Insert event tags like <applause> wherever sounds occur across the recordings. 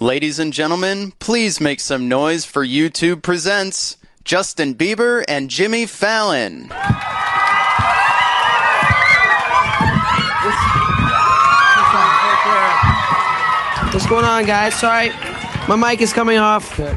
Ladies and gentlemen, please make some noise for YouTube Presents Justin Bieber and Jimmy Fallon. What's going on, guys? Sorry, my mic is coming off. Check,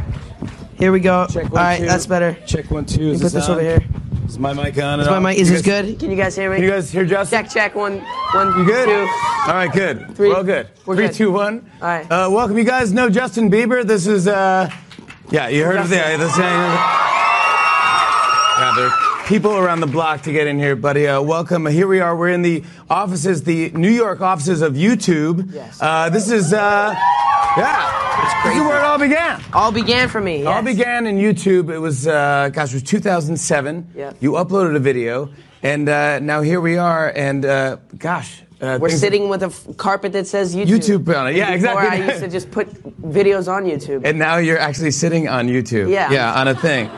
Here we go. check one, All right, two. that's better. Check one, two. Is Put this on? over here. Is my mic on? Is My mic is this good? Can you guys hear me? You guys hear Justin? check, check. One, one, You good? two. All right, good. Three. We're all good. We're Three, good. two, one. All right. Uh, welcome, you guys. Know Justin Bieber? This is. uh Yeah, you heard of the. Yeah, this- yeah, there are people around the block to get in here, buddy. Uh, welcome. Here we are. We're in the offices, the New York offices of YouTube. Yes. Uh, this is. uh Yeah. It's crazy. This is where it all began. All began for me. All yes. began in YouTube. It was, uh, gosh, it was 2007. Yeah. You uploaded a video, and uh, now here we are. And uh, gosh, uh, We're things- sitting with a f- carpet that says YouTube. YouTube on it. Yeah, Before exactly. I used to just put videos on YouTube. <laughs> And now you're actually sitting on YouTube. Yeah. Yeah, on a thing. Uh,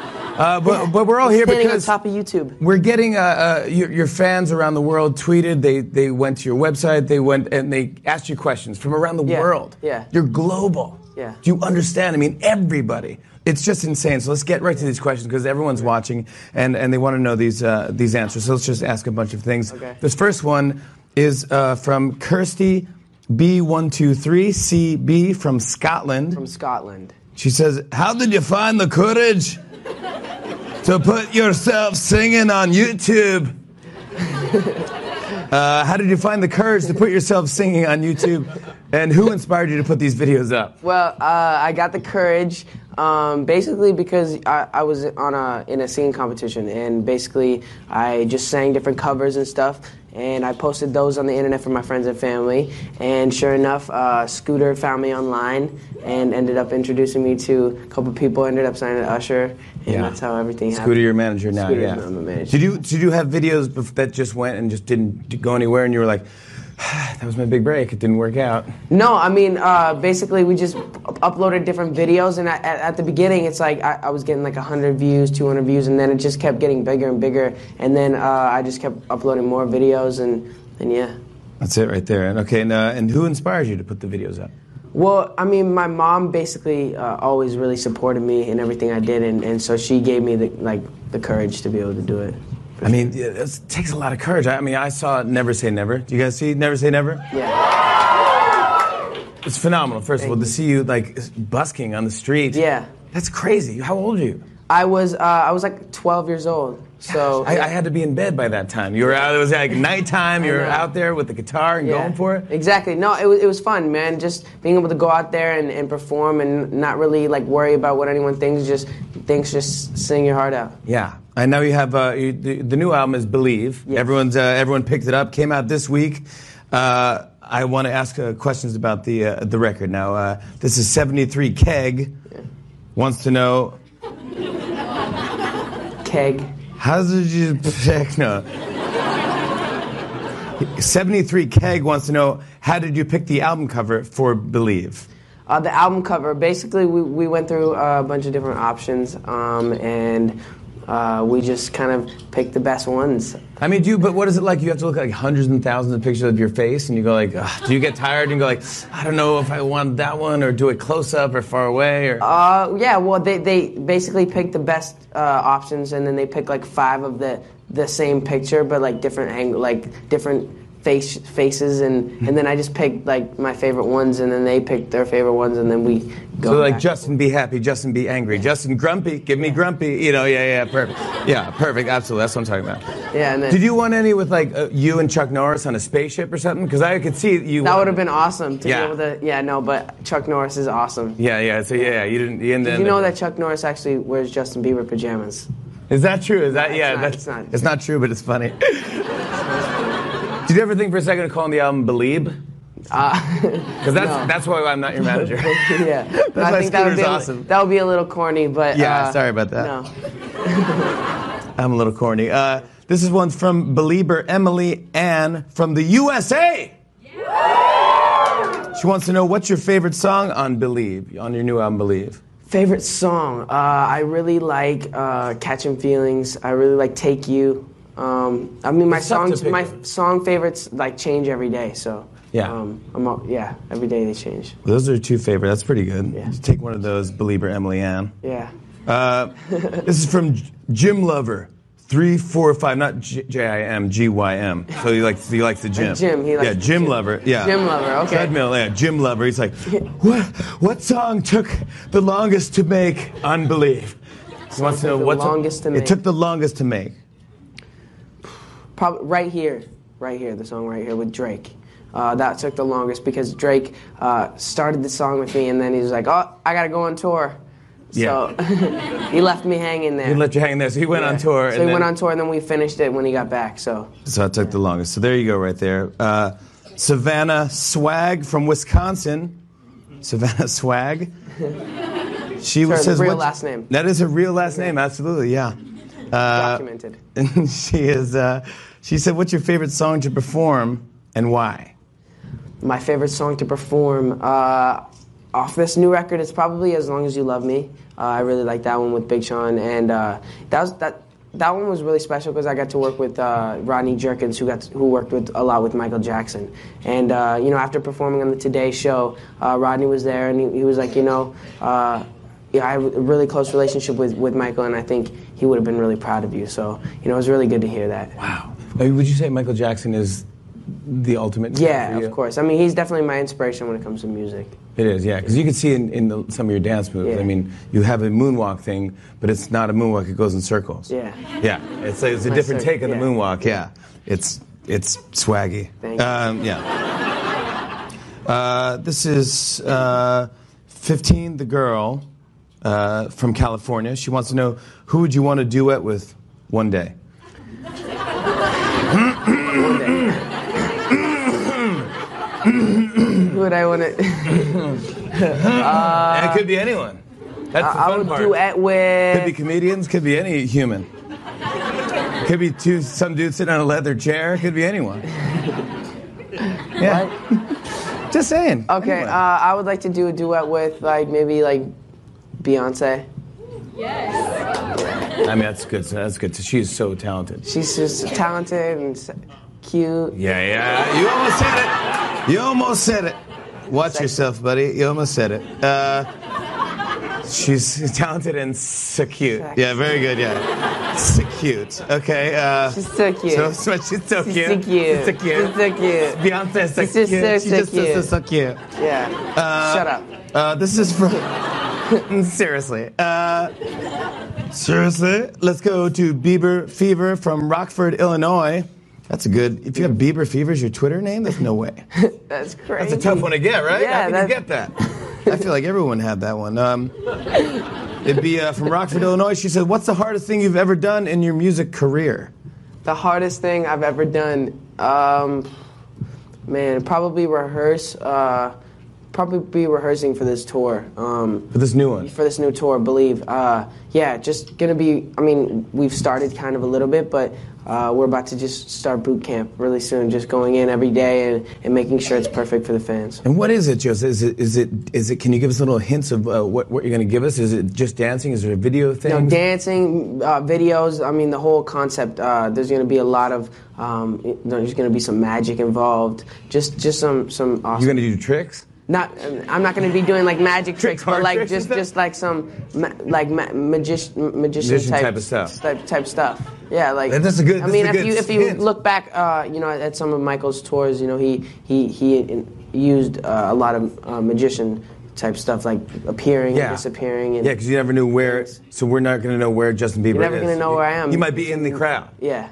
but, <laughs> Yeah. but we're all I'm here standing because on top of YouTube. we're getting uh, uh, your, your fans around the world tweeted. They they went to your website. They went and they asked you questions from around the Yeah, world. yeah. You're global. Yeah. Do you understand? I mean, everybody. It's just insane. So let's get right to these questions because everyone's watching and, and they want to know these uh, these answers. So let's just ask a bunch of things. Okay. This first one is uh, from Kirsty B123CB from Scotland. From Scotland. She says, How did you find the courage to put yourself singing on YouTube? <laughs> Uh, how did you find the courage to put yourself singing on YouTube? And who inspired you to put these videos up? Well, uh, I got the courage um, basically because I, I was on a in a singing competition, and basically I just sang different covers and stuff, and I posted those on the internet for my friends and family. And sure enough, uh, Scooter found me online and ended up introducing me to a couple people. Ended up signing to Usher, and Yeah. that's how everything happened. Scooter, your manager now, Scooter's yeah. my- my manager. Did you did you have videos bef- that just went and just didn't go anywhere, and you were like, "Ah, "That was my big break. It didn't work out." No, I mean, uh, basically, we just up- uploaded different videos, and I, at, at the beginning, it's like I, I was getting like 100 views, 200 views, and then it just kept getting bigger and bigger, and then uh, I just kept uploading more videos, and, and yeah. That's it right there. And okay, and, uh, and who inspired you to put the videos up? Well, I mean, my mom basically uh, always really supported me in everything I did, and, and so she gave me the like the courage to be able to do it. I mean, yeah, it takes a lot of courage. I, I mean, I saw Never Say Never. Do you guys see Never Say Never? Yeah, It's phenomenal. First of all, to see you like busking on the street. Yeah. That's crazy. How old are you? I was uh, I was like 12 years old, so I, I had to be in bed by that time. You were out. It was <laughs> like nighttime. You were know. out there with the guitar and Yeah, going for it. Exactly. No, it was, it was fun, man. Just being able to go out there and, and perform and not really like worry about what anyone thinks. Just thinks, just sing your heart out. Yeah. And now you have uh, you, the, the new album is Believe. Yes. Everyone's uh, everyone picked it up. Came out this week. Uh, I want to ask uh, questions about the uh, the record. Now uh, this is 73 Keg. Wants to know Keg. How did you pick? No. 73 Keg wants to know how did you pick the album cover for Believe? Uh, the album cover. Basically, we, we went through uh, a bunch of different options, um, and uh, we just kind of picked the best ones. I mean, do you, but what is it like? You have to look at like hundreds and thousands of pictures of your face and you go like, "Ugh." do you get tired and go like, I don't know if I want that one or do it close up or far away or. Uh, yeah. Well, they, they basically picked the best uh, options, and then they picked like five of the the same picture, but like different angle, like different face faces, and and then I just picked like my favorite ones, and then they picked their favorite ones, and then we go. so like back. Justin be happy, Justin be angry, Justin grumpy, give me grumpy, you know, yeah, yeah, perfect. Yeah, perfect, absolutely, that's what I'm talking about. Yeah, and then Did you want any with like uh, you and Chuck Norris on a spaceship or something? Because I could see you. that would have been awesome to Yeah. be able to. Yeah, no, but Chuck Norris is awesome. Yeah, yeah. So yeah, you didn't. You, didn't Did you know that Chuck Norris actually wears Justin Bieber pajamas? Is that true? Is that yeah? not- that's it's not. It's not true, but it's funny. <laughs> Did you ever think for a second of calling the album "Believe"? <laughs> Because that's no. that's why I'm not your manager. Uh, <laughs> <laughs> yeah, that's why that Scooter's would be a- awesome. that would be a little corny, but Yeah, uh, sorry about that. No. I'm a little corny. Uh, this is one from belieber Emily Ann from the USA. She wants to know what's your favorite song on "Believe" on your new album "Believe." Favorite song? Uh, I really like uh, "Catching Feelings." I really like "Take You." Um, I mean, my It's tough to songs, pick my one. song favorites like change every day. So Yeah. Um, I'm all, yeah. Every day they change. Those are two favorite. That's pretty good. Yeah. Just take one of those, Belieber Emily Ann. Yeah. Uh, this is from J- Jim Lover. Three, four, five, not J- J-I-M, G-Y-M. So he likes, he likes the gym. Jim, he likes yeah, the Jim gym. Lover. Yeah. Jim Lover, okay. Treadmill, yeah, Jim Lover. He's like, what, what song took the longest to make Unbelieve? He wants to know took the what's longest to make. It took the longest to make. Prob- right here, right here, the song right here with Drake. Uh, that took the longest because Drake uh, started the song with me, and then he was like, "Oh, I gotta go on tour," so <laughs> he left me hanging there. He let you hang there. So he went on Yeah. tour. So and he went then- on tour, and then we finished it when he got back. So So that took the longest. So there you go, right there. Uh, Savannah Swag from Wisconsin. Savannah <laughs> Swag. She her says real what's- last name. That is her real last name. Absolutely, yeah. <laughs> Uh, documented. and she is. Uh, she said, "What's your favorite song to perform and why?" My favorite song to perform uh, off this new record is probably "As Long as You Love Me." Uh, I really like that one with Big Sean, and uh, that was that. That one was really special because I got to work with uh, Rodney Jerkins, who got who worked with a lot with Michael Jackson. And uh, you know, after performing on the Today Show, uh, Rodney was there, and he, he was like, you know, uh, yeah, I have a really close relationship with, with Michael, and I think he would have been really proud of you. So you know, it was really good to hear that. Wow. I mean, would you say Michael Jackson is the ultimate? Yeah, for you? of course. I mean, he's definitely my inspiration when it comes to music. It is, yeah, because you can see in, in the, some of your dance moves. Yeah. I mean, you have a moonwalk thing, but it's not a moonwalk; it goes in circles. Yeah. yeah, it's a, it's a My different circle, take on the yeah. moonwalk. Yeah, it's it's swaggy. Thank you. Um, yeah. Uh, this is uh, 15, the girl uh, from California. She wants to know who would you want to duet with one day. Who would I <laughs> want to? it could be anyone. That's the fun Uh, I would part. Oh, duet Could be with. comedians, could be any human. Could be two some dude sitting on a leather chair, could be <laughs> anyone. Yeah. <laughs> Just saying. Okay, anyone. uh, I would like to do a duet with like maybe like Beyonce. I mean that's good. That's good. She's so talented. She's just talented and s- cute. Yeah, yeah. You almost said it. You almost said it. Watch yourself, buddy. You almost said it. Uh, she's talented and so cute. Sexy. Yeah, very good. Yeah, so cute. Okay. Uh, She's so cute. So, so she's so She's cute. so cute. She's so cute. She's so cute. Beyonce's so She's so, cute. so, She's so just so, so, cute. so cute. Yeah. Uh, Shut up. Uh, this is from. <laughs> seriously. Uh, seriously. Let's go to Bieber Fever from Rockford, Illinois. That's a good. If you have Bieber Fever as your Twitter name, there's no way. That's crazy. That's a tough one to get, right? Yeah, How can you get that's- that? I feel like everyone had that one. Um, it'd be uh, from Rockford, Illinois. She said, "What's the hardest thing you've ever done in your music career?" The hardest thing I've ever done, um, man, probably rehearse. Uh, probably be rehearsing for this tour. Um, For this new one. for this new tour, Believe. Uh, yeah, just gonna be. I mean, we've started kind of a little bit, but uh, we're about to just start boot camp really soon. Just going in every day and, and making sure it's perfect for the fans. And what is it, Joseph? Is it is it is it? Can you give us little hints of uh, what what you're going to give us? Is it just dancing? Is there a video thing? No, dancing uh, videos. I mean, the whole concept. Uh, there's going to be a lot of. Um, you know, there's going to be some magic involved. Just, just some, some. Awesome. You're going to do tricks? not I'm not gonna be doing like magic tricks, card but like tricks and just stuff? just like some ma- like ma- magic magician, Magician type, type of stuff. type type stuff. Yeah, like And that's a good- I mean, that's a if good you if you hint. look back, uh, you know, at some of Michael's tours, you know, he he he in- used uh, a lot of uh, magician type stuff, like appearing and disappearing, and yeah, because you never knew where. So we're not going to know where Justin Bieber is. never gonna know where I am. You might be in the crowd. yeah,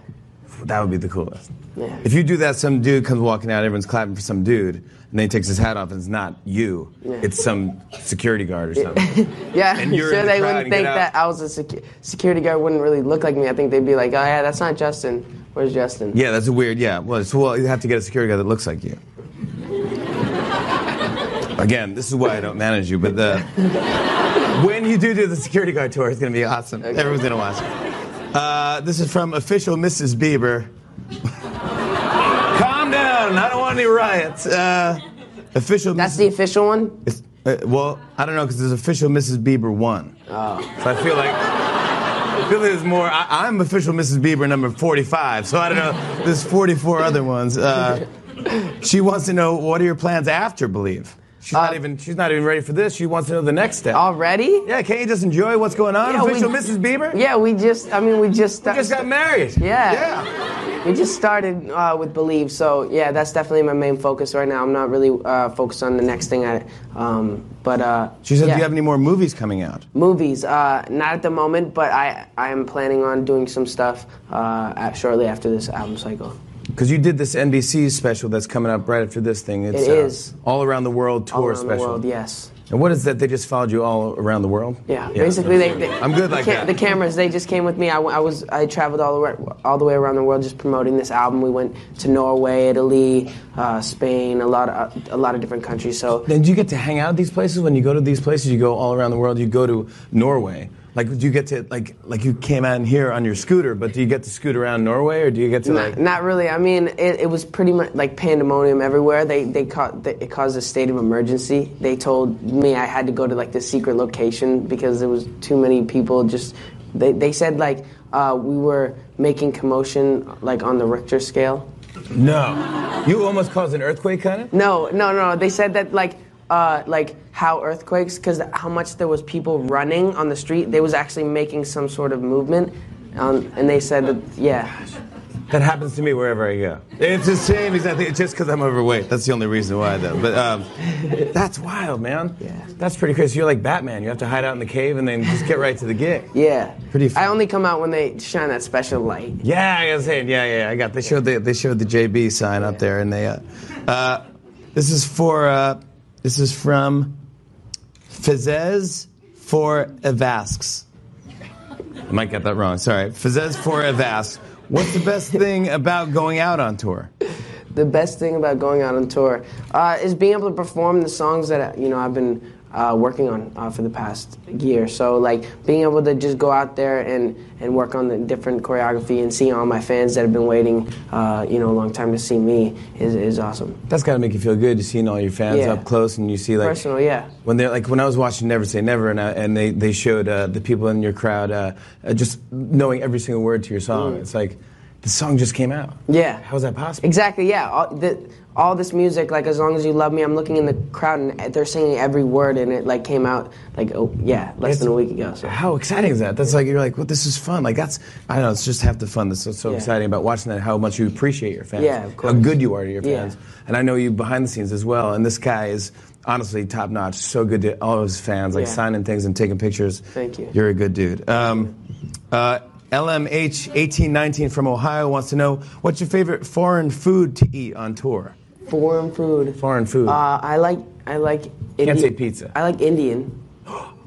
That would be the coolest. Yeah. If you do that, some dude comes walking out, everyone's clapping for some dude, and then he takes his hat off, and it's not you. Yeah. It's some security guard or <laughs> something. yeah. And you're sure, in the they crowd wouldn't and get think out. that I was a secu- security guard. Wouldn't really look like me. I think they'd be like, oh yeah, that's not Justin. Where's Justin? yeah, that's a weird. Yeah, well, so well, you have to get a security guard that looks like you. Again, this is why I don't manage you, but the, when you do do the security guard tour, it's going to be awesome. Everyone's going to watch it. Uh, this is from official Mrs. Bieber. <laughs> Calm down. I don't want any riots. Uh, official That's Mrs. the official one. It's, uh, well, I don't know because there's official Mrs. Bieber one. Ah. Oh. So I feel like I feel like there's more. I, I'm official Mrs. Bieber number 45, so I don't know. There's 44 other ones. Uh, She wants to know what are your plans after Believe. She's Uh, not even she's not even ready for this. She wants to know the next step. Already? yeah, can't you just enjoy what's going on? Yeah, we- Official Mrs. Bieber. Yeah, we just, I mean, we just, You just got married. Yeah. Yeah. We just started uh, with Believe, so yeah, that's definitely my main focus right now. I'm not really uh, focused on the next thing. I, um, but uh, She said, yeah. "Do you have any more movies coming out?" movies? Uh, not at the moment, but I I am planning on doing some stuff uh, at, shortly after this album cycle. Because you did this NBC special that's coming up right after this thing. It's, uh, It is. all around the world tour All around special. the world, yes. And what is that? They just followed you all around the world. Yeah, basically they, they. I'm good the like ca- that. The cameras, they just came with me. I, w- I was, I traveled all the way, all the way around the world just promoting this album. We went to Norway, Italy, uh, Spain, a lot of, a lot of different countries. So Then do you get to hang out at these places? When you go to these places, you go all around the world. You go to Norway. Like, do you get to like like you came out in here on your scooter? But do you get to scoot around Norway, or do you get to like? Not, not really. I mean, it, it was pretty much like pandemonium everywhere. They they caught they, it caused a state of emergency. They told me I had to go to like this secret location because there was too many people. Just they they said like uh, we were making commotion like on the Richter scale. No. You almost caused an earthquake, kind of. No, no, no. They said that like uh, like how earthquakes because how much there was people running on the street. They was actually making some sort of movement, um, and they said that yeah. That happens to me wherever I go. It's the same exact thing. It's just because I'm overweight. That's the only reason why, though. But um, that's wild, man. Yeah. That's pretty crazy. You're like Batman. You have to hide out in the cave and then just get right to the gig. Yeah. Pretty fun. I only come out when they shine that special light. Yeah, I gotta say, it. yeah, yeah, I got. They showed the they showed the JB sign up there, and they. Uh, uh, this is for uh, this is from Fezes for Evasks. I might get that wrong. Sorry, Fezes for Evasks. What's the best thing about going out on tour? The best thing about going out on tour uh, is being able to perform the songs that you know I've been uh, working on uh, for the past year. So like being able to just go out there and, and work on the different choreography and see all my fans that have been waiting uh, you know a long time to see me is, is awesome. That's gotta make you feel good. You seeing all your fans Yeah. up close, and you see like Personal, yeah. When they're like when I was watching Never Say Never, and I, and they they showed uh, the people in your crowd uh, uh, just knowing every single word to your song. It's like the song just came out. Yeah. How is that possible? Exactly. Yeah. All, the, all this music, like as long as you love me, I'm looking in the crowd and they're singing every word, and it like came out like oh yeah, less than a week ago. So. How exciting is that? That's like you're like, well, this is fun. Like that's I don't know. It's just half the fun. That's what's so Yeah. exciting about watching that. How much you appreciate your fans. Yeah, of course. How good you are to your Yeah. fans. And I know you behind the scenes as well. And this guy is honestly top notch. So good to all his fans, like Yeah. signing things and taking pictures. Thank you. You're a good dude. Um, uh, LMH eighteen nineteen from Ohio wants to know what's your favorite foreign food to eat on tour. Foreign food. Foreign food. Uh, I like I like. Indian. say pizza. I like <gasps> Indian.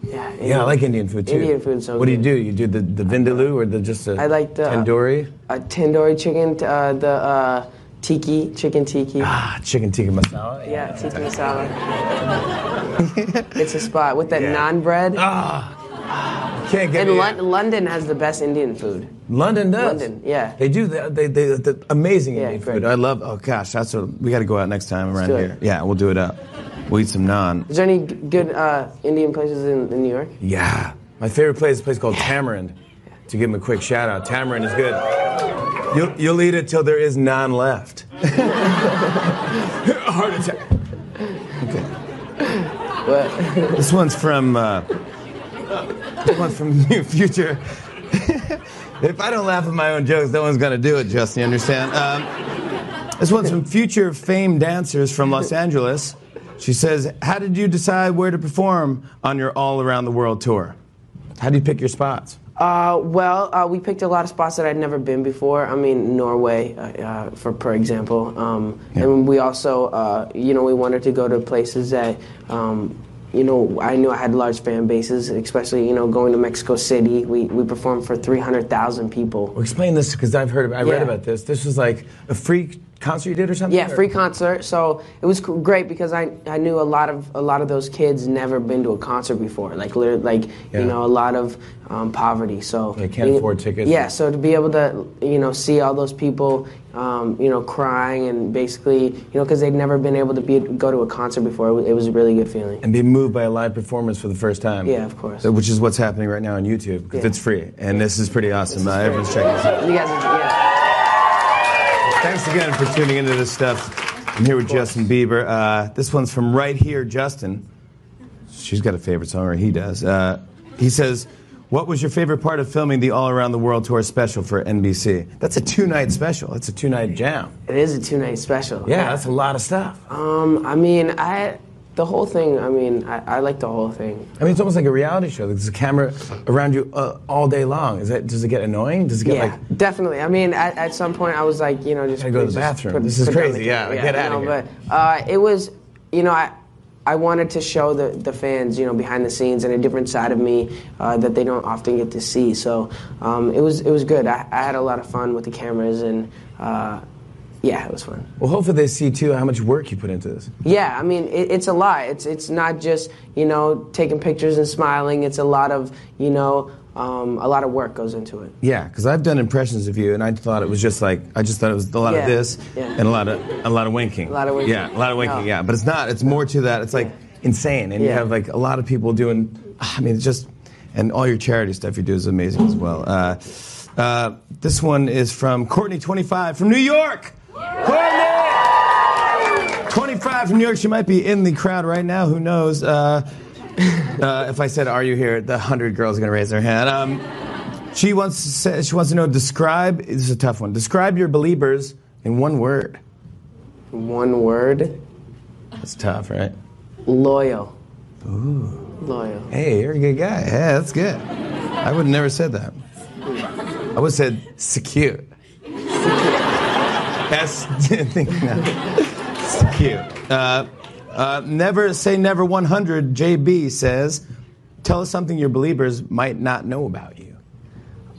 yeah. Indian. yeah, I like Indian food too. Indian food's so What do you do? good. You do the, the vindaloo or the just the I like the tandoori? Uh, tandoori chicken. Uh, the uh, tiki chicken tiki. Ah, chicken tikka masala. yeah, tiki <laughs> masala. it's a spot with that naan bread. Ah, Can't get and me Lon- London has the best Indian food. London does. London, yeah. They do. They they, they the amazing Yeah, Indian great. food. I love. Oh gosh, that's what we got to go out next time around do it. here. Yeah, we'll do it up. We'll eat some naan. Is there any g- good uh, Indian places in, in New York? Yeah, my favorite place is a place called Tamarind. To give him a quick shout out, Tamarind is good. You'll, you'll eat it till there is none left. <laughs> Heart attack. But This one's from uh, this one's from <laughs> New Future. if I don't laugh at my own jokes, no one's gonna do it. Justin, you understand? Um, this one's from Future Fame dancers from Los Angeles. She says, "How did you decide where to perform on your all around the world tour? How do you pick your spots?" Uh, well, uh, we picked a lot of spots that I'd never been before. I mean, Norway, uh, uh, for per example. Um, And we also, uh, you know, we wanted to go to places that, um, you know, I knew I had large fan bases, especially, you know, going to Mexico City. We, we performed for 300,000 people. Explain this because I've heard. I read Yeah. about this. This was like a free concert you did or something. Yeah, or- free concert. So it was c- great because I, I knew a lot of a lot of those kids never been to a concert before. Like literally, like Yeah. you know a lot of um, poverty. So They can't being- afford tickets. Yeah, so to be able to you know see all those people um, you know crying and basically you know because they'd never been able to be go to a concert before. It was, it was a really good feeling. and be moved by a live performance for the first time. Yeah, of course. So- Which is what's happening right now on YouTube because Yeah. it's free, and this is pretty awesome. uh, great. everyone's checking this out. You guys, are- yeah. Thanks again for tuning into this stuff. I'm here with Justin Bieber. Uh, this one's from right here, Justin. She's got a favorite song, or he does. Uh, he says, "What was your favorite part of filming the All Around the World tour special for NBC?" That's a two-night special. That's a two-night jam. It is a two night special. Yeah, that's a lot of stuff. I Um, I mean, I the whole thing. I mean, I, I like the whole thing. mean, it's almost like a reality show. There's a camera around you uh, all day long. Is that does it get annoying? Does it get Yeah, like definitely. I mean, at, at some point, I was like, you know, just Gotta go to the just bathroom. This is down the crazy. Yeah, camera. get outta you know, here. But uh, it was, you know, I I wanted to show the the fans, you know, behind the scenes and a different side of me uh, that they don't often get to see. So um, it was it was good. I, I had a lot of fun with the cameras and. Uh, yeah, it was fun. Well, hopefully they see too how much work you put into this. Yeah, I mean it, it's a lot. It's it's not just you know taking pictures and smiling. It's a lot of you know um, a lot of work goes into it. Yeah, because I've done impressions of you, and I thought it was just like I just thought it was a lot of Yeah, this yeah. and a lot of a lot of winking. A lot of winking. Yeah, a lot of winking. No. Yeah, but it's not. It's more to that. It's like insane, and you Yeah. have like a lot of people doing. ah, I mean, it's just and all your charity stuff you do is amazing as well. Uh, uh, this one is from Courtney, 25, from New York. Courtney, 25 from New York. She might be in the crowd right now. Who knows? Uh, uh, if I said, "Are you here?" the hundred girls are gonna raise their hand. Um, she wants to say, she wants to know. Describe. This is a tough one. Describe your believers in one word. One word. That's tough, right? Loyal. Ooh. Loyal. Hey, you're a good guy. Yeah, that's good. I would have never said that. I would have said secure. <laughs> That's <laughs> think now. Secure. Uh, uh, never say never. One hundred. JB says, tell us something your believers might not know about you.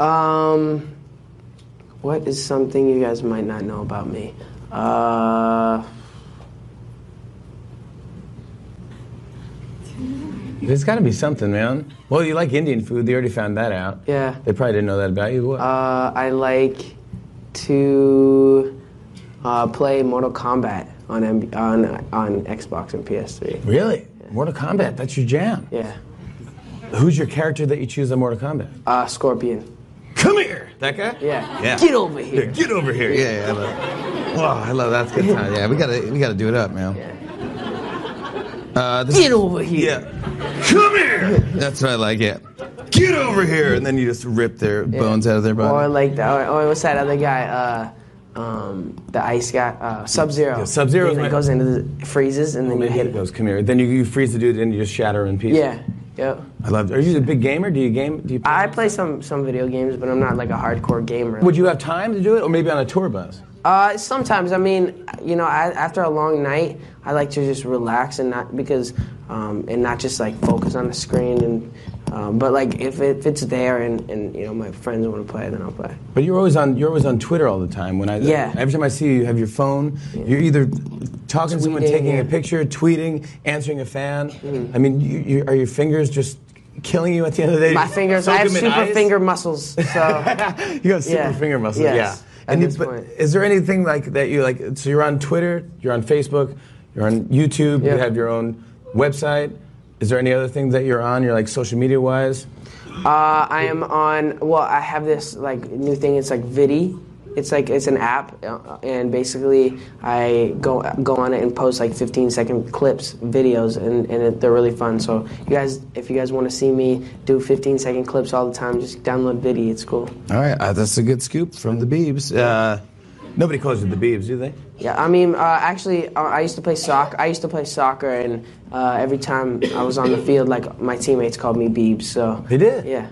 Um, what is something you guys might not know about me? Uh, There's got to be something, man. Well, you like Indian food. They already found that out. Yeah. They probably didn't know that about you. What? uh, I like to uh, play Mortal Kombat on M- on on Xbox and PS3. really? Mortal Kombat. That's your jam. Yeah. Who's your character that you choose on Mortal Kombat? Uh, Scorpion. Come here. That guy? Yeah. Yeah. Get over here. Get over here. Yeah, yeah. I love. Wow, I love that's good time. Yeah, we gotta we gotta do it up, man. Uh, this Get over here. Yeah. Come here. That's what I like. Yeah. Get over here, and then you just rip their bones out of their body. Or like the or, or what's that other guy? Uh, um, the ice guy, uh, Sub Zero. Yeah, Sub-Zero's my- goes into the freezes and then you it hit him. goes. Come here. Then you, you freeze the dude, and you just shatter in pieces. Yeah. Yep. I love. Are you a big gamer? Do you game? Do you? Play? I play some some video games, but I'm not like a hardcore gamer. Would you have time to do it, or maybe on a tour bus? Uh, sometimes, I mean, you know, I, after a long night, I like to just relax and not because um, and not just like focus on the screen and. Um, but like if, if it's there and, and you know my friends want to play, then I'll play. But you're always on. You're always on Twitter all the time. When I Yeah. Every time I see you, you have your phone. You're either talking to someone, Tweeting, taking yeah. Mm-hmm. a picture, tweeting, answering a fan. I mean, you, you, are your fingers just killing you at the end of the day? My fingers, Soak I have them in super ice? finger muscles, so <laughs> you have super Yeah. finger muscles. Yes, Yeah. at And you, this but point. is there anything like that you like? So you're on Twitter. You're on Facebook. You're on YouTube. You Yeah. have your own website. Is there any other things that you're on? You're like social media wise. Uh, I am on. Well, I have this like new thing. It's like Vidi. It's like it's an app, uh, and basically I go go on it and post like 15 second clips, videos, and, and it, they're really fun. So you guys, if you guys want to see me do 15 second clips all the time, just download Vidi. It's cool. All right, uh, that's a good scoop from the Beebs. Uh, nobody calls you the Beebs, do they? Yeah, I mean, uh, actually, uh, I used to play soccer. I used to play soccer, and uh, every time I was on the field, like my teammates called me Beebs. So They did? Yeah.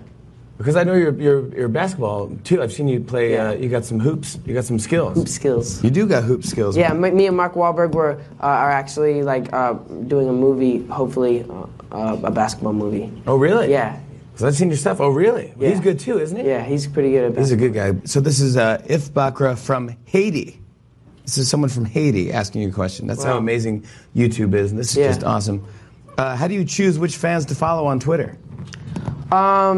Because I know your your your basketball too. I've seen you play. Uh, Yeah. you got some hoops. You got some skills. Skills. You do got hoop skills. Yeah, me, me and Mark Wahlberg were uh, are actually like uh, doing a movie, hopefully uh, uh, a basketball movie. Oh really? Yeah, 'Cause I've seen your stuff. Oh really? Well, He's Yeah. good too, isn't he? yeah, he's pretty good at He's a basketball. good guy. So this is uh, If Bakra from Haiti. This is someone from Haiti asking you a question. That's how Wow. amazing YouTube is, and this is Yeah. just awesome. Uh, how do you choose which fans to follow on Twitter? I-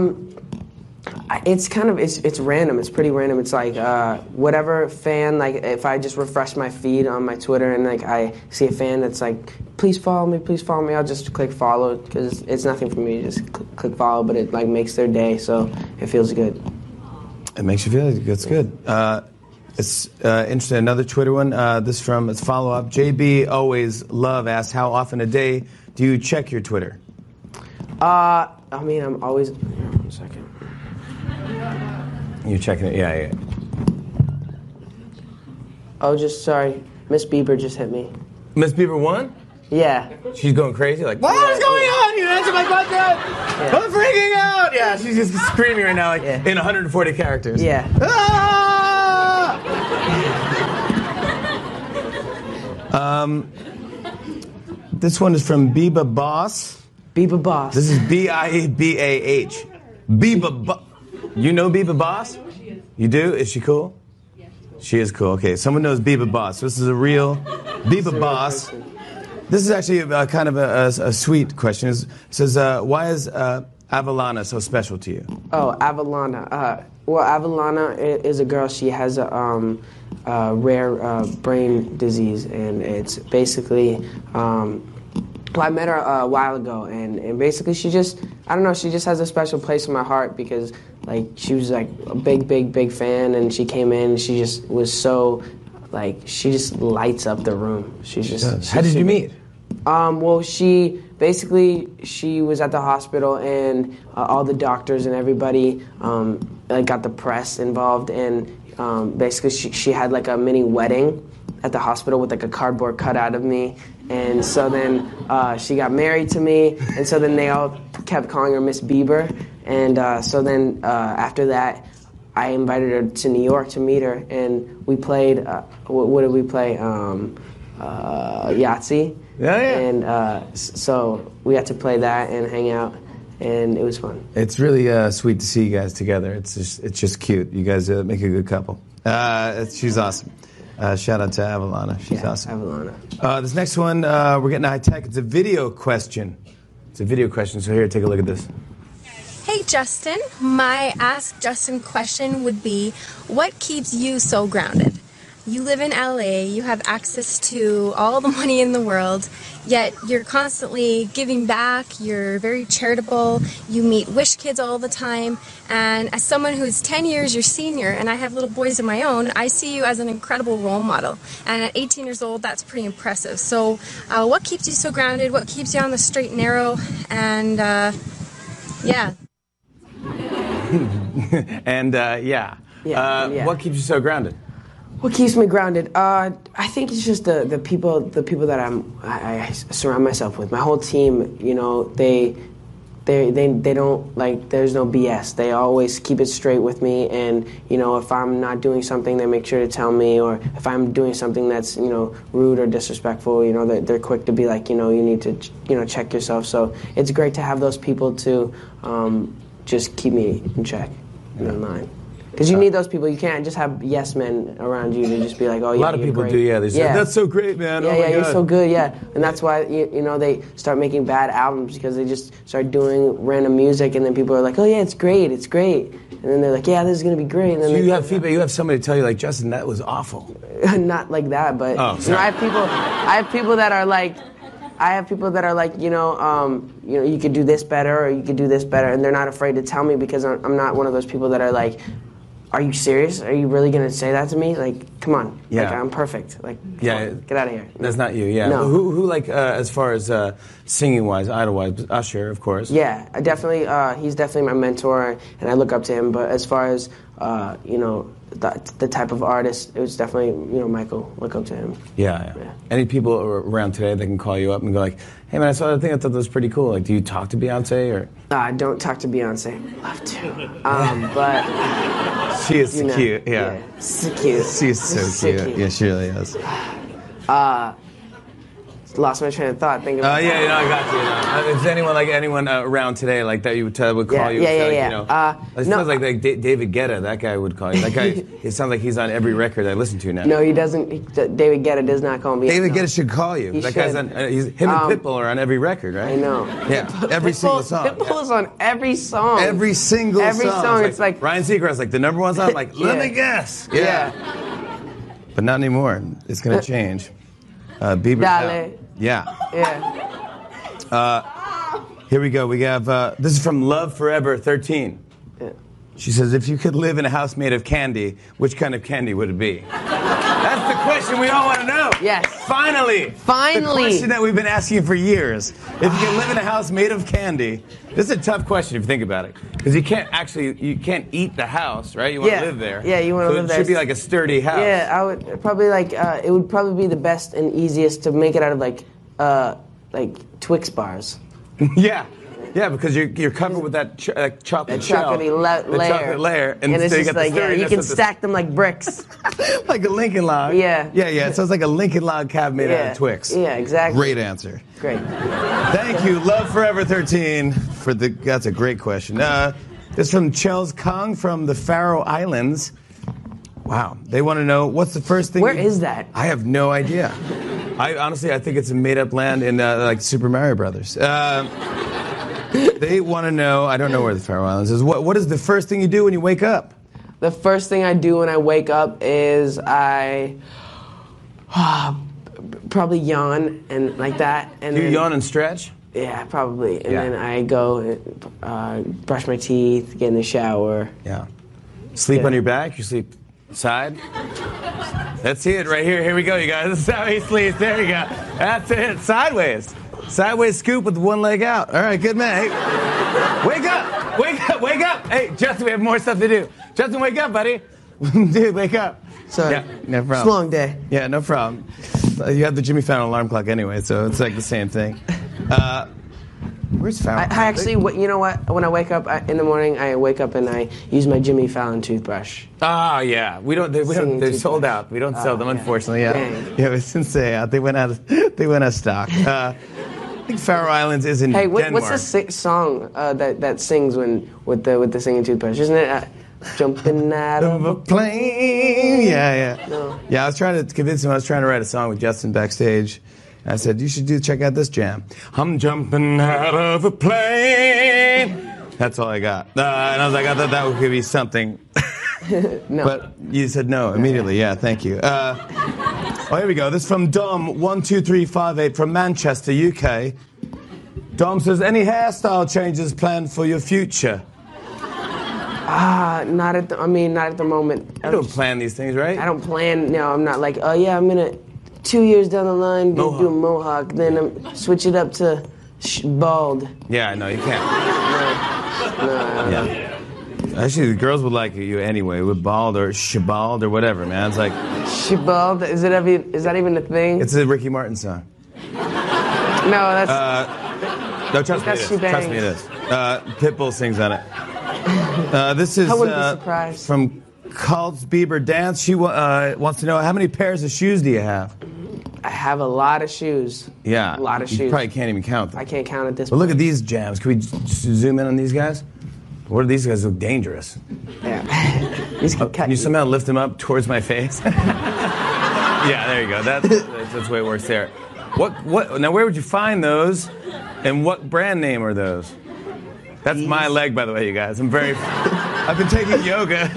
It's kind of it's it's random. It's pretty random. It's like uh, whatever fan like if I just refresh my feed on my Twitter and like I see a fan that's like please follow me, please follow me, I'll just click follow because it's nothing for me to just cl- click follow, but it like makes their day, so it feels good. It makes you feel like that's good. Uh, It's uh, interesting. Another Twitter one. Uh, this from it's follow up. JB always love asks how often a day do you check your Twitter? Uh, I mean, I'm always. Here, one second. You checking it? Yeah, yeah. Oh, just sorry. Miss Bieber just hit me. Miss Bieber won. Yeah. She's going crazy. Like what is going on? You answer my question. I'm freaking out. Yeah, she's just screaming right now, like Yeah. in 140 characters. Yeah. Ah! um, this one is from Biba Boss. Bieber boss. This is B I E B A H. Biba Bo- You know Biba Boss? You do? Is she cool? She is cool. Okay, someone knows Biba Boss. This is a real Biba Boss. This is actually uh, kind of a, a- a sweet question. It says, uh, why is uh, Avalana so special to you? Oh, Avalana. Uh, well, Avalana i- is a girl. She has a um, uh, rare uh, brain disease, and it's basically. Um, well, I met her uh, a while ago, and, and basically she just, I don't know, she just has a special place in my heart because, like, she was like a big, big, big fan, and she came in, and she just was so, like, she just lights up the room. She's just. How did you meet? Um, well, she basically she was at the hospital, and uh, all the doctors and everybody um, like got the press involved, and um, basically she, she had like a mini wedding at the hospital with like a cardboard cutout of me, and so then uh, she got married to me, and so then they all kept calling her Miss Bieber, and uh, so then uh, after that. I invited her to New York to meet her, and we played. Uh, what, what did we play? Um, uh, Yahtzee. Yeah, yeah. And uh, s- so we got to play that and hang out, and it was fun. It's really uh, sweet to see you guys together. It's just, it's just cute. You guys uh, make a good couple. Uh, it's- she's awesome. Uh, shout out to Avalana. She's Yeah, awesome. Avalana. Uh, this next one, uh, we're getting high tech. It's a video question. It's a video question. So here, take a look at this. Hey Justin, my Ask Justin question would be what keeps you so grounded? You live in LA, you have access to all the <laughs> money in the world, yet you're constantly giving back, you're very charitable, you meet Wish Kids all the time, and as someone who's 10 years your senior and I have little boys of my own, I see you as an incredible role model. And at 18 years old, that's pretty impressive. So, uh, what keeps you so grounded? What keeps you on the straight and narrow? And uh, yeah. And uh, yeah. Yeah, uh, yeah. What keeps you so grounded? What keeps me grounded? Uh, I think it's just the, the people the people that I'm I, I surround myself with. My whole team, you know, they they they they don't like there's no BS. They always keep it straight with me, and you know if I'm not doing something, they make sure to tell me, or if I'm doing something that's you know rude or disrespectful, you know they're, they're quick to be like, you know, you need to you know check yourself. So it's great to have those people to um, just keep me in check and in line. Because you need those people. You can't just have yes men around you to just be like, oh, A yeah, lot of you're people great. do. Yeah, they say that's so great, man. Yeah, oh my yeah, you're God." so good. Yeah, and that's why you, you know they start making bad albums because they just start doing random music, and then people are like, oh yeah, it's great, it's great, and then they're like, yeah, this is gonna be great. And then So they you have feedback. You have somebody tell you like, Justin, that was awful. <laughs> not like that, Oh, but you know, I sorry. have people. I have people that are like, I have people that are like, you know, um, you know, you could do this better, or you could do this better, and they're not afraid to tell me because I'm, I'm not one of those people that are like, are you serious? Are you really gonna say that to me? Like, come on, like Yeah. I'm perfect. Like, come Yeah. on, get out of here. That's not you. Yeah. No. Who, who like uh, as far as uh, singing wise, idol wise, Usher, of course. Yeah, I definitely. Uh, he's definitely my mentor, and I look up to him. But as far as uh, you know, the, the type of artist, it was definitely you know Michael. Look up to him. Yeah, yeah. Any people ar- around today that can call you up and go like, "Hey man, I saw that thing. I thought that was pretty cool. Like, do you talk to Beyonce or?" Uh, don't talk to Beyonce. Love to, um, but She is you know, cute. so cute. She is so, cute. Yeah, she really is. Oh Lost my train of thought. Think yeah, about yeah, no, I got you. No. Uh, If anyone like anyone uh, around today like that, you would tell would call Yeah, you. yeah, it's yeah, like, yeah. You know, Uh, it no, sounds like, like Da- David Guetta. That guy would call you. That <laughs> guy. it sounds like he's on every record I listen to now. No, he doesn't. He, David Guetta does not call me. David no. Guetta should call you. He that guy's should. on. Uh, he's, him Um, and Pitbull are on every record, right? I know. Yeah, <laughs> every single Pitbull- song. Pitbull is on every song. Every single Every song. song, it's like- Ryan Seacrest, like the number one song. Like, let <laughs> Yeah. me guess. Yeah. But not anymore. It's gonna change. Uh, Bieber's Dale. out. Yeah. Yeah. Here we go. We have uh, this is from Love Forever 13. Yeah. She says, if you could live in a house made of candy, which kind of candy would it be? That's the question we all want to know. Yes. Finally. The Finally. question that we've been asking for years. If you could live in a house made of candy, this is a tough question if you think about it, because you can't actually you can't eat the house, right? You want Yeah. to live there. Yeah, you wanna So live it there. Should be like a sturdy house. Yeah, I would probably like uh, it would probably be the best and easiest to make it out of like uh, like Twix bars. <laughs> Yeah. Yeah, because you're, you're covered with that, ch- that chocolate That shell. chocolatey la- the layer. chocolate layer. And, it's so you just got the like, yeah, you sturdiness can of the- stack them like bricks. <laughs> like a Lincoln Log. Yeah. Yeah, yeah. So it's like a Lincoln Log cab made out yeah. of Twix. Yeah, exactly. Great answer. Great. Thank you, Love Forever 13, for the. That's a great question. Uh, this is from Chels Kong from the Faroe Islands. Wow. They want to know what's the first thing. Where you- is that? I have no idea. I honestly, I think it's a made up land in uh, like Super Mario Brothers. Uh, they want to know. I don't know where the Faroe Islands is. What, what is the first thing you do when you wake up? The first thing I do when I wake up is I <sighs> probably yawn and like that. And Do you then, yawn and stretch? Yeah, probably. And Yeah. then I go and, uh, brush my teeth, get in the shower. Yeah. Sleep Yeah. on your back, you sleep side. That's it right here. Here we go, you guys. <laughs> This is how he sleeps. There you go. That's it. Sideways. Sideways scoop with one leg out. All right, good man. Hey, wake up. Wake up. Wake up. Hey, Justin, we have more stuff to do. Justin, wake up, buddy. <laughs> Dude, wake up. Sorry. Yeah, no problem. It's a long day. Yeah, no problem. Uh, You have the Jimmy Fallon alarm clock anyway, so it's like the same thing. Uh, where's I, Fallon? I actually, wa- you know what? When I wake up I, in the morning, I wake up and I use my Jimmy Fallon toothbrush. Ah, yeah. We don't. They, we don't Singing they're toothbrush. sold out. We don't sell Ah, them, yeah. unfortunately. Yeah. Dang. Yeah. but Since they out, uh, they went out. Of, <laughs> they went out of stock. Uh, I think Faroe Islands is in Hey, what, Denmark. what's the si- song uh, that that sings when with the with the singing toothbrush? Isn't it uh, <laughs> jumping out Of of a plane. Yeah, yeah. No. Yeah, I was trying to convince him. I was trying to write a song with Justin backstage. I said, "You should do check out this jam." I'm jumping out of a plane. That's all I got. Uh, and I was like, I thought that could be something. <laughs> no? But you said no immediately. Yeah, thank you. Uh, oh, here we go. This is from Dom one two three five eight from Manchester, UK. Dom says, "Any hairstyle changes planned for your future?" Uh, not at the. I mean, not at the moment. You I don't don't, plan these things, right? I don't plan. No, I'm not like. Oh yeah, I'm gonna two years down the line do, do a mohawk, then um, switch it up to sh- bald. Yeah, no, you can't. No, Yeah. Actually, the girls would like you anyway, with bald or shibald or whatever, man. It's like sh- bald. Is it ever, Is that even a thing? it's a Ricky Martin song. no, that's uh, No, trust me, it That's is. She Bangs. Trust me, it is. Uh, Pitbull sings on it. Uh, this is I wouldn't be uh, surprised. from Cults Bieber Dance. She wa- uh, wants to know how many pairs of shoes do you have? I have a lot of shoes. Yeah, a lot of you shoes. probably can't even count them. I can't count at this. But look at these jams. Can we j- j- zoom in on these guys? What do these guys look dangerous? Yeah. These can cut Can you somehow lift them up towards my face? <laughs> yeah, there you go. <laughs> That's that's, that's the way it works there. What what now? Where would you find those? And what brand name are those? That's my leg, by the way, you guys. I'm <laughs> very. I've been taking yoga.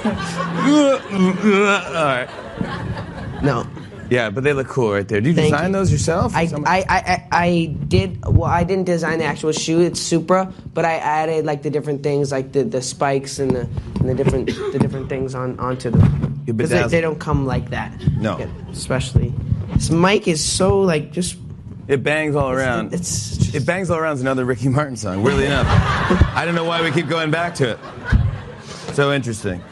<laughs> All right. No. Yeah, but they look cool right there. Do you Thank design you. those yourself? I, Some- I, I, I I did well. I didn't design the actual shoe. It's Supra, but I added like the different things, like the, the spikes and the and the different the different things on onto them. You Because they, bedazzled. they don't come like that. No. Yeah, especially this mic is so like just It bangs all around. it's It Bangs All Around is another Ricky Martin song, weirdly enough. I don't know why we keep going back to it. So interesting.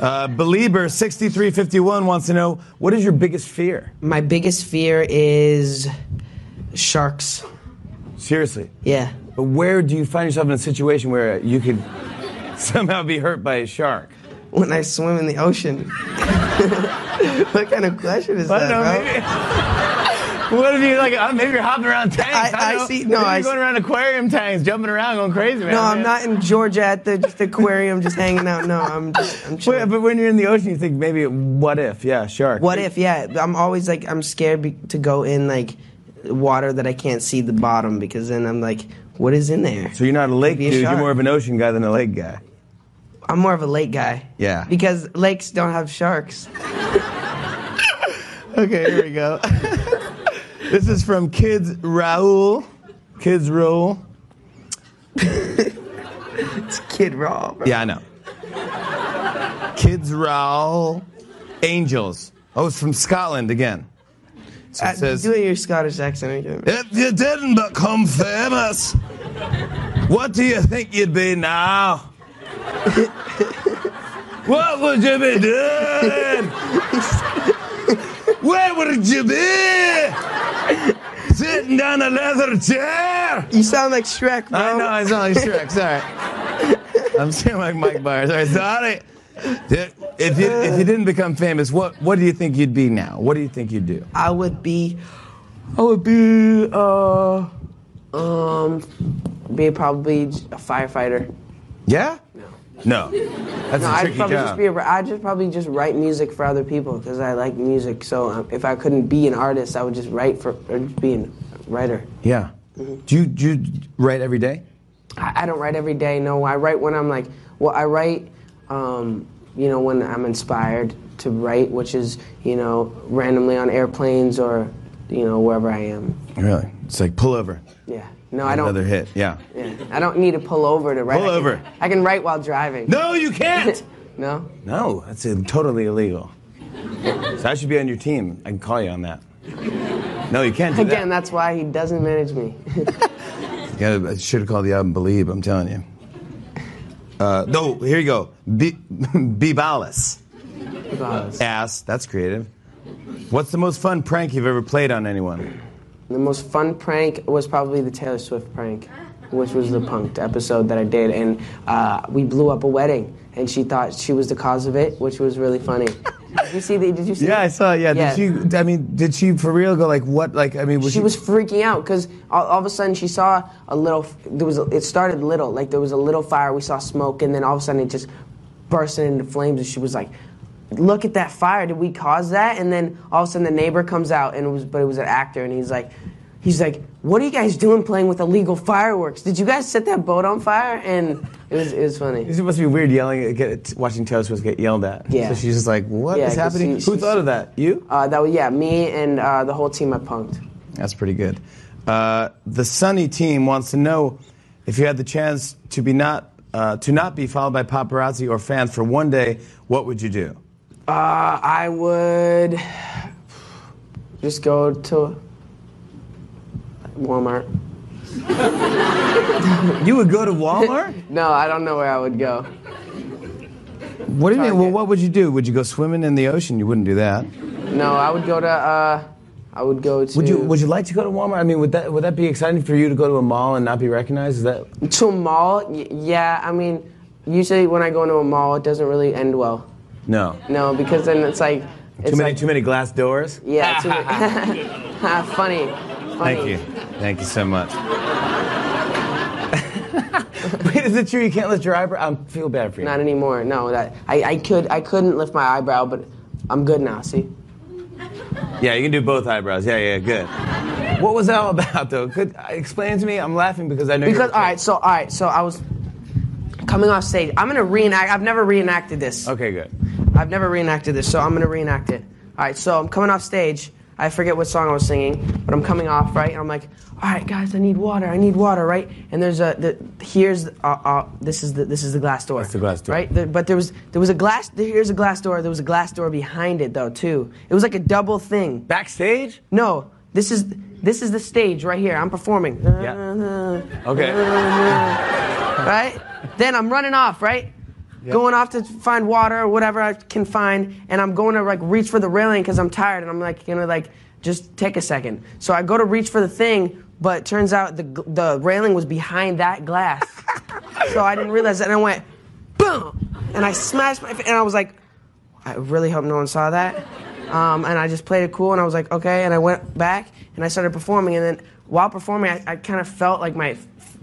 Uh, Belieber6351 wants to know what is your biggest fear? my biggest fear is sharks. Seriously. Yeah. But where do you find yourself in a situation where you could <laughs> somehow be hurt by a shark? When I swim in the ocean. <laughs> what kind of question is I that, don't know, bro? maybe. What if you like? uh, Maybe <laughs> you're hopping around tanks. I- don't I know. see- no, Maybe I you're going see- around aquarium tanks, jumping around, going crazy, man. No, I'm Yeah. not in Georgia at the, the aquarium just hanging out. No, I'm just I'm Wait, chilling. but when you're in the ocean, you think maybe what if? Yeah, shark. What if? Yeah, I'm always like I'm scared be- to go in like water that I can't see the bottom because then I'm like, what is in there? So you're not a lake Could be a dude. You're shark. more of an ocean guy than a lake guy. I'm more of a lake guy. Yeah. Because lakes don't have sharks. Okay, here we go. <laughs> this is from Kids Raul. Kids Raul. It's Kid Raw. bro. Yeah, I know. Kids Raoul Angels. Oh, it's from Scotland again. So it Uh, says, doing your Scottish accent again. If you didn't become famous, what do you think you'd be now? what would you be doing? Where would you be? Sitting down a leather chair. You sound like Shrek, bro. I know, I sound like Shrek. Sorry. I'm sounding like Mike Myers. Sorry. Sorry. If you, if you didn't become famous, what, what do you think you'd be now? What do you think you'd do? I would be, I would be, uh, Um, be probably a firefighter. Yeah? No. That's No, a I'd tricky probably job. just be a, I'd just probably just write music for other people because I like music. So um, if I couldn't be an artist, I would just write for or just be a Mm-hmm. writer. Yeah. Do you do you write every day? I, I don't write every day. No, I write when I'm like, well, I write, um, you know, when I'm inspired to write, which is, you know, randomly on airplanes or, you know, wherever I am. Really? It's like pull over. Yeah. No, I don't. Another hit. Yeah. Yeah. I don't need to pull over to write. Pull I can- over. I can write while driving. No, you can't. <laughs> No. no, that's uh, totally illegal. so I should be on your team. I can call you on that. No, you can't do Again, that. that's why he doesn't manage me. <laughs> Yeah, I should have called the album Believe. I'm telling you. Uh, no, here you go. Be <laughs> Bibalis Because ass. That's creative. What's the most fun prank you've ever played on anyone? the most fun prank was probably the Taylor Swift prank, which was the punked episode that I did, and uh, we blew up a wedding, and she thought she was the cause of it, which was really funny. did you see the? Did you see? Yeah, I saw. it, Yeah, Yeah. did she? I mean, did she for real go like what? Like, I mean, was she was freaking out because all, all of a sudden she saw a little. There was a, it started little, like there was a little fire. We saw smoke, and then all of a sudden it just burst into flames, and she was like, "Look at that fire! Did we cause that?" And then all of a sudden the neighbor comes out, and it was but it was an actor, and he's like, he's like, "What are you guys doing playing with illegal fireworks? Did you guys set that boat on fire?" And it was it was funny. It must be weird yelling, get, watching Taylor Swift get yelled at. Yeah. So she's just like, "What is Yeah, 'cause happening? she- Who she- thought of that? You?" Uh, that was yeah, me and uh, the whole team I punked. That's pretty good. Uh, the Sunny team wants to know if you had the chance to be not uh, to not be followed by paparazzi or fans for one day, what would you do? Uh, I would <sighs> just go to Walmart. You would go <laughs> to Walmart. No, I don't know where I would go. what do you mean? Well, Target. what would you do? Would you go swimming in the ocean? You wouldn't do that. No, I would go to. Uh, I would go to. Would you? Would you like to go to Walmart? I mean, would that would that be exciting for you to go to a mall and not be recognized? Is that? to a mall? Y- yeah, I mean, usually when I go into a mall, it doesn't really end well. No. No, because then it's like. It's Too many, like, too many glass doors. Yeah, <laughs> too many. <laughs> funny. Thank funny. you. Thank you so much. Wait, is it true you can't lift your eyebrow? I feel bad for you. Not anymore. No, that I, I could I couldn't lift my eyebrow, but I'm good now. See. yeah, you can do both eyebrows. Yeah, yeah, good. What was that all about, though? Could explain to me? I'm laughing because I know. Because you're all right, so all right, so I was coming off stage. I'm gonna reenact. I've never reenacted this. Okay, good. I've never reenacted this, so I'm gonna reenact it. All right, so I'm coming off stage. I forget what song I was singing, but I'm coming off right, and I'm like, all right, guys, I need water. I need water, right? And there's a the, here's uh, uh, this is the this is the glass door. That's the glass door. right? There- but there was there was a glass. There, here's a glass door. There was a glass door behind it though too. It was like a double thing. Backstage? No, this is this is the stage right here. I'm performing. Yeah. Okay. <laughs> right? Then I'm running off, right? Going off to find water or whatever I can find, and I'm going to like reach for the railing because I'm tired, and I'm like gonna like just take a second. So I go to reach for the thing, but turns out the gl- the railing was behind that <laughs> glass, so I didn't realize that. And I went, boom, and I smashed my, fa- and I was like, I really hope no one saw that. Um, and I just played it cool, and I was like, okay. And I went back and I started performing, and then while performing, I, I kind of felt like my f-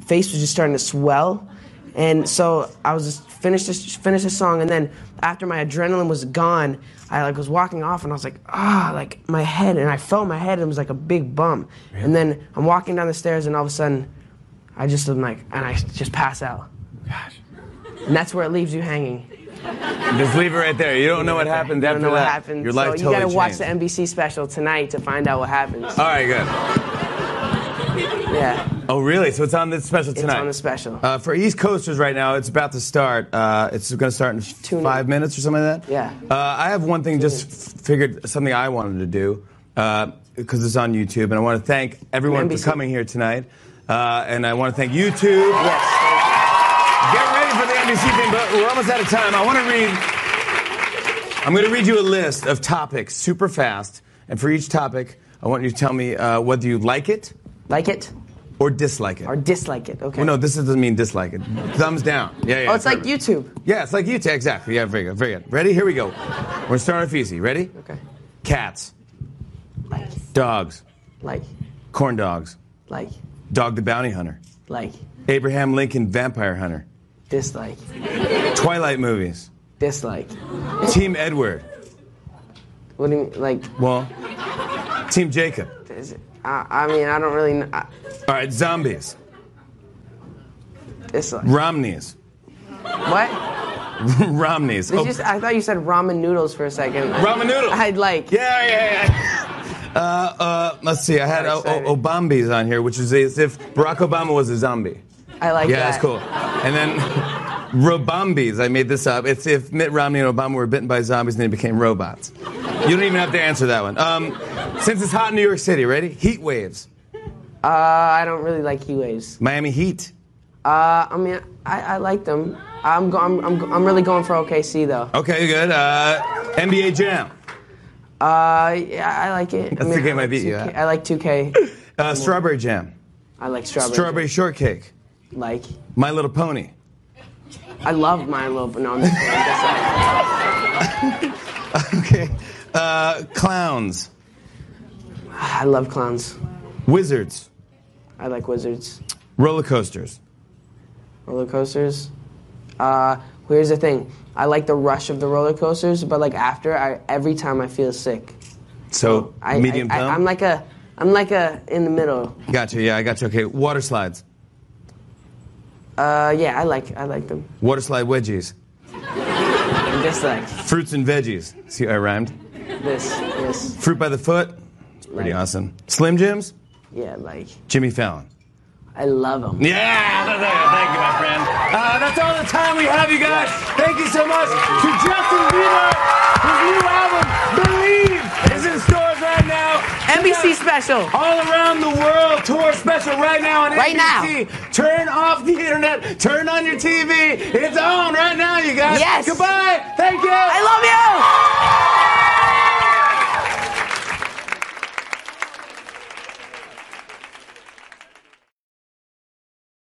face was just starting to swell, and so I was just finished this, finished the song, and then after my adrenaline was gone, I like was walking off, and I was like, ah, like my head, and I felt my head, and it was like a big bump, and then I'm walking down the stairs, and all of a sudden, I just am like, and I just pass out, Gosh. and that's where it leaves you hanging. Just leave it right there. You don't know what happens I after don't know that. what happened. Your life so totally you gotta watch changed. Uh, the NBC special tonight to find out what happens. All right, good. Yeah. Oh, really? So it's on the special It's tonight. on the special. Uh, for East Coasters right now, it's about to start. Uh, it's going to start in Tune in. five minutes or something like that. Yeah. Uh, I have one thing just f- figured something I wanted to do because it's on YouTube, and I want to thank everyone for NBC. coming here tonight, uh, and I want to thank YouTube. Get ready for the NBC thing, but we're almost out of time. I want to read. I'm going to read you a list of topics super fast, and for each topic, I want you to tell me uh, whether you like it Like it or dislike it. or dislike it. Okay. Well, no, this doesn't mean dislike it. Thumbs down. Yeah, yeah. oh, it's like perfect. YouTube. Yeah, it's like YouTube. Exactly. Yeah, very good. Very good. Ready? Here we go. We're gonna start off easy. Ready? Okay. Cats, Like, dogs, like, corn dogs, like, Dog the Bounty Hunter, like, Abraham Lincoln Vampire Hunter, dislike, Twilight movies, dislike. Team Edward, What do you mean? Like, well, Team Jacob. is it, I, I mean, I don't really know. I, All right, zombies, dislike. Romneys, <laughs> What? Romneys. Oh, Did you, s- I thought you said ramen noodles for a second. Ramen noodles. I'd like. Yeah, yeah, yeah. <laughs> Uh, uh, let's see. I had Very o- exciting. o- Obambies on here, which is as if Barack Obama was a zombie. I like yeah, that. that's cool. And then <laughs> Robombies. I made this up. It's if Mitt Romney and Obama were bitten by zombies and they became robots. You don't even have to answer that one. Um, since it's hot in New York City, ready? Heat waves. Uh, I don't really like heat waves. Miami Heat. Uh, I mean, I, I like them. I'm, go, I'm, I'm, I'm really going for OKC though. Okay, good. Uh, NBA Jam. Uh, yeah, I like it. That's the game I beat you 2K at. I like 2K. Uh, strawberry Jam. I like strawberry. Strawberry Shortcake. Like, My Little Pony. I love my little. No, I'm just kidding. That's not- Okay. Uh, clowns. I love clowns. Wizards. I like wizards. Roller coasters. Roller coasters. Uh, here's the thing. I like the rush of the roller coasters, but like after, I every time I feel sick. So Oh, I, medium I, thumb. I, am like a, I'm like a in the middle. Got you. Yeah, I got you. Okay, water slides, Uh, yeah, I like, I like them. water slide wedgies, I dislike fruits and veggies. See, I rhymed. this, this. Fruit by the foot. It's pretty Right. awesome. Slim Jims. Yeah, like, Jimmy Fallon. I love them. Yeah, that's it. thank you, my friend. Uh, that's all the time we have, you guys. Thank you so much to Justin Bieber. His new album, Believe, is in stores right now. NBC special. All around the world tour special right now on Right NBC. Turn off the internet. Turn on your TV. It's on right now, you guys. Yes. Goodbye. Thank you. I love you.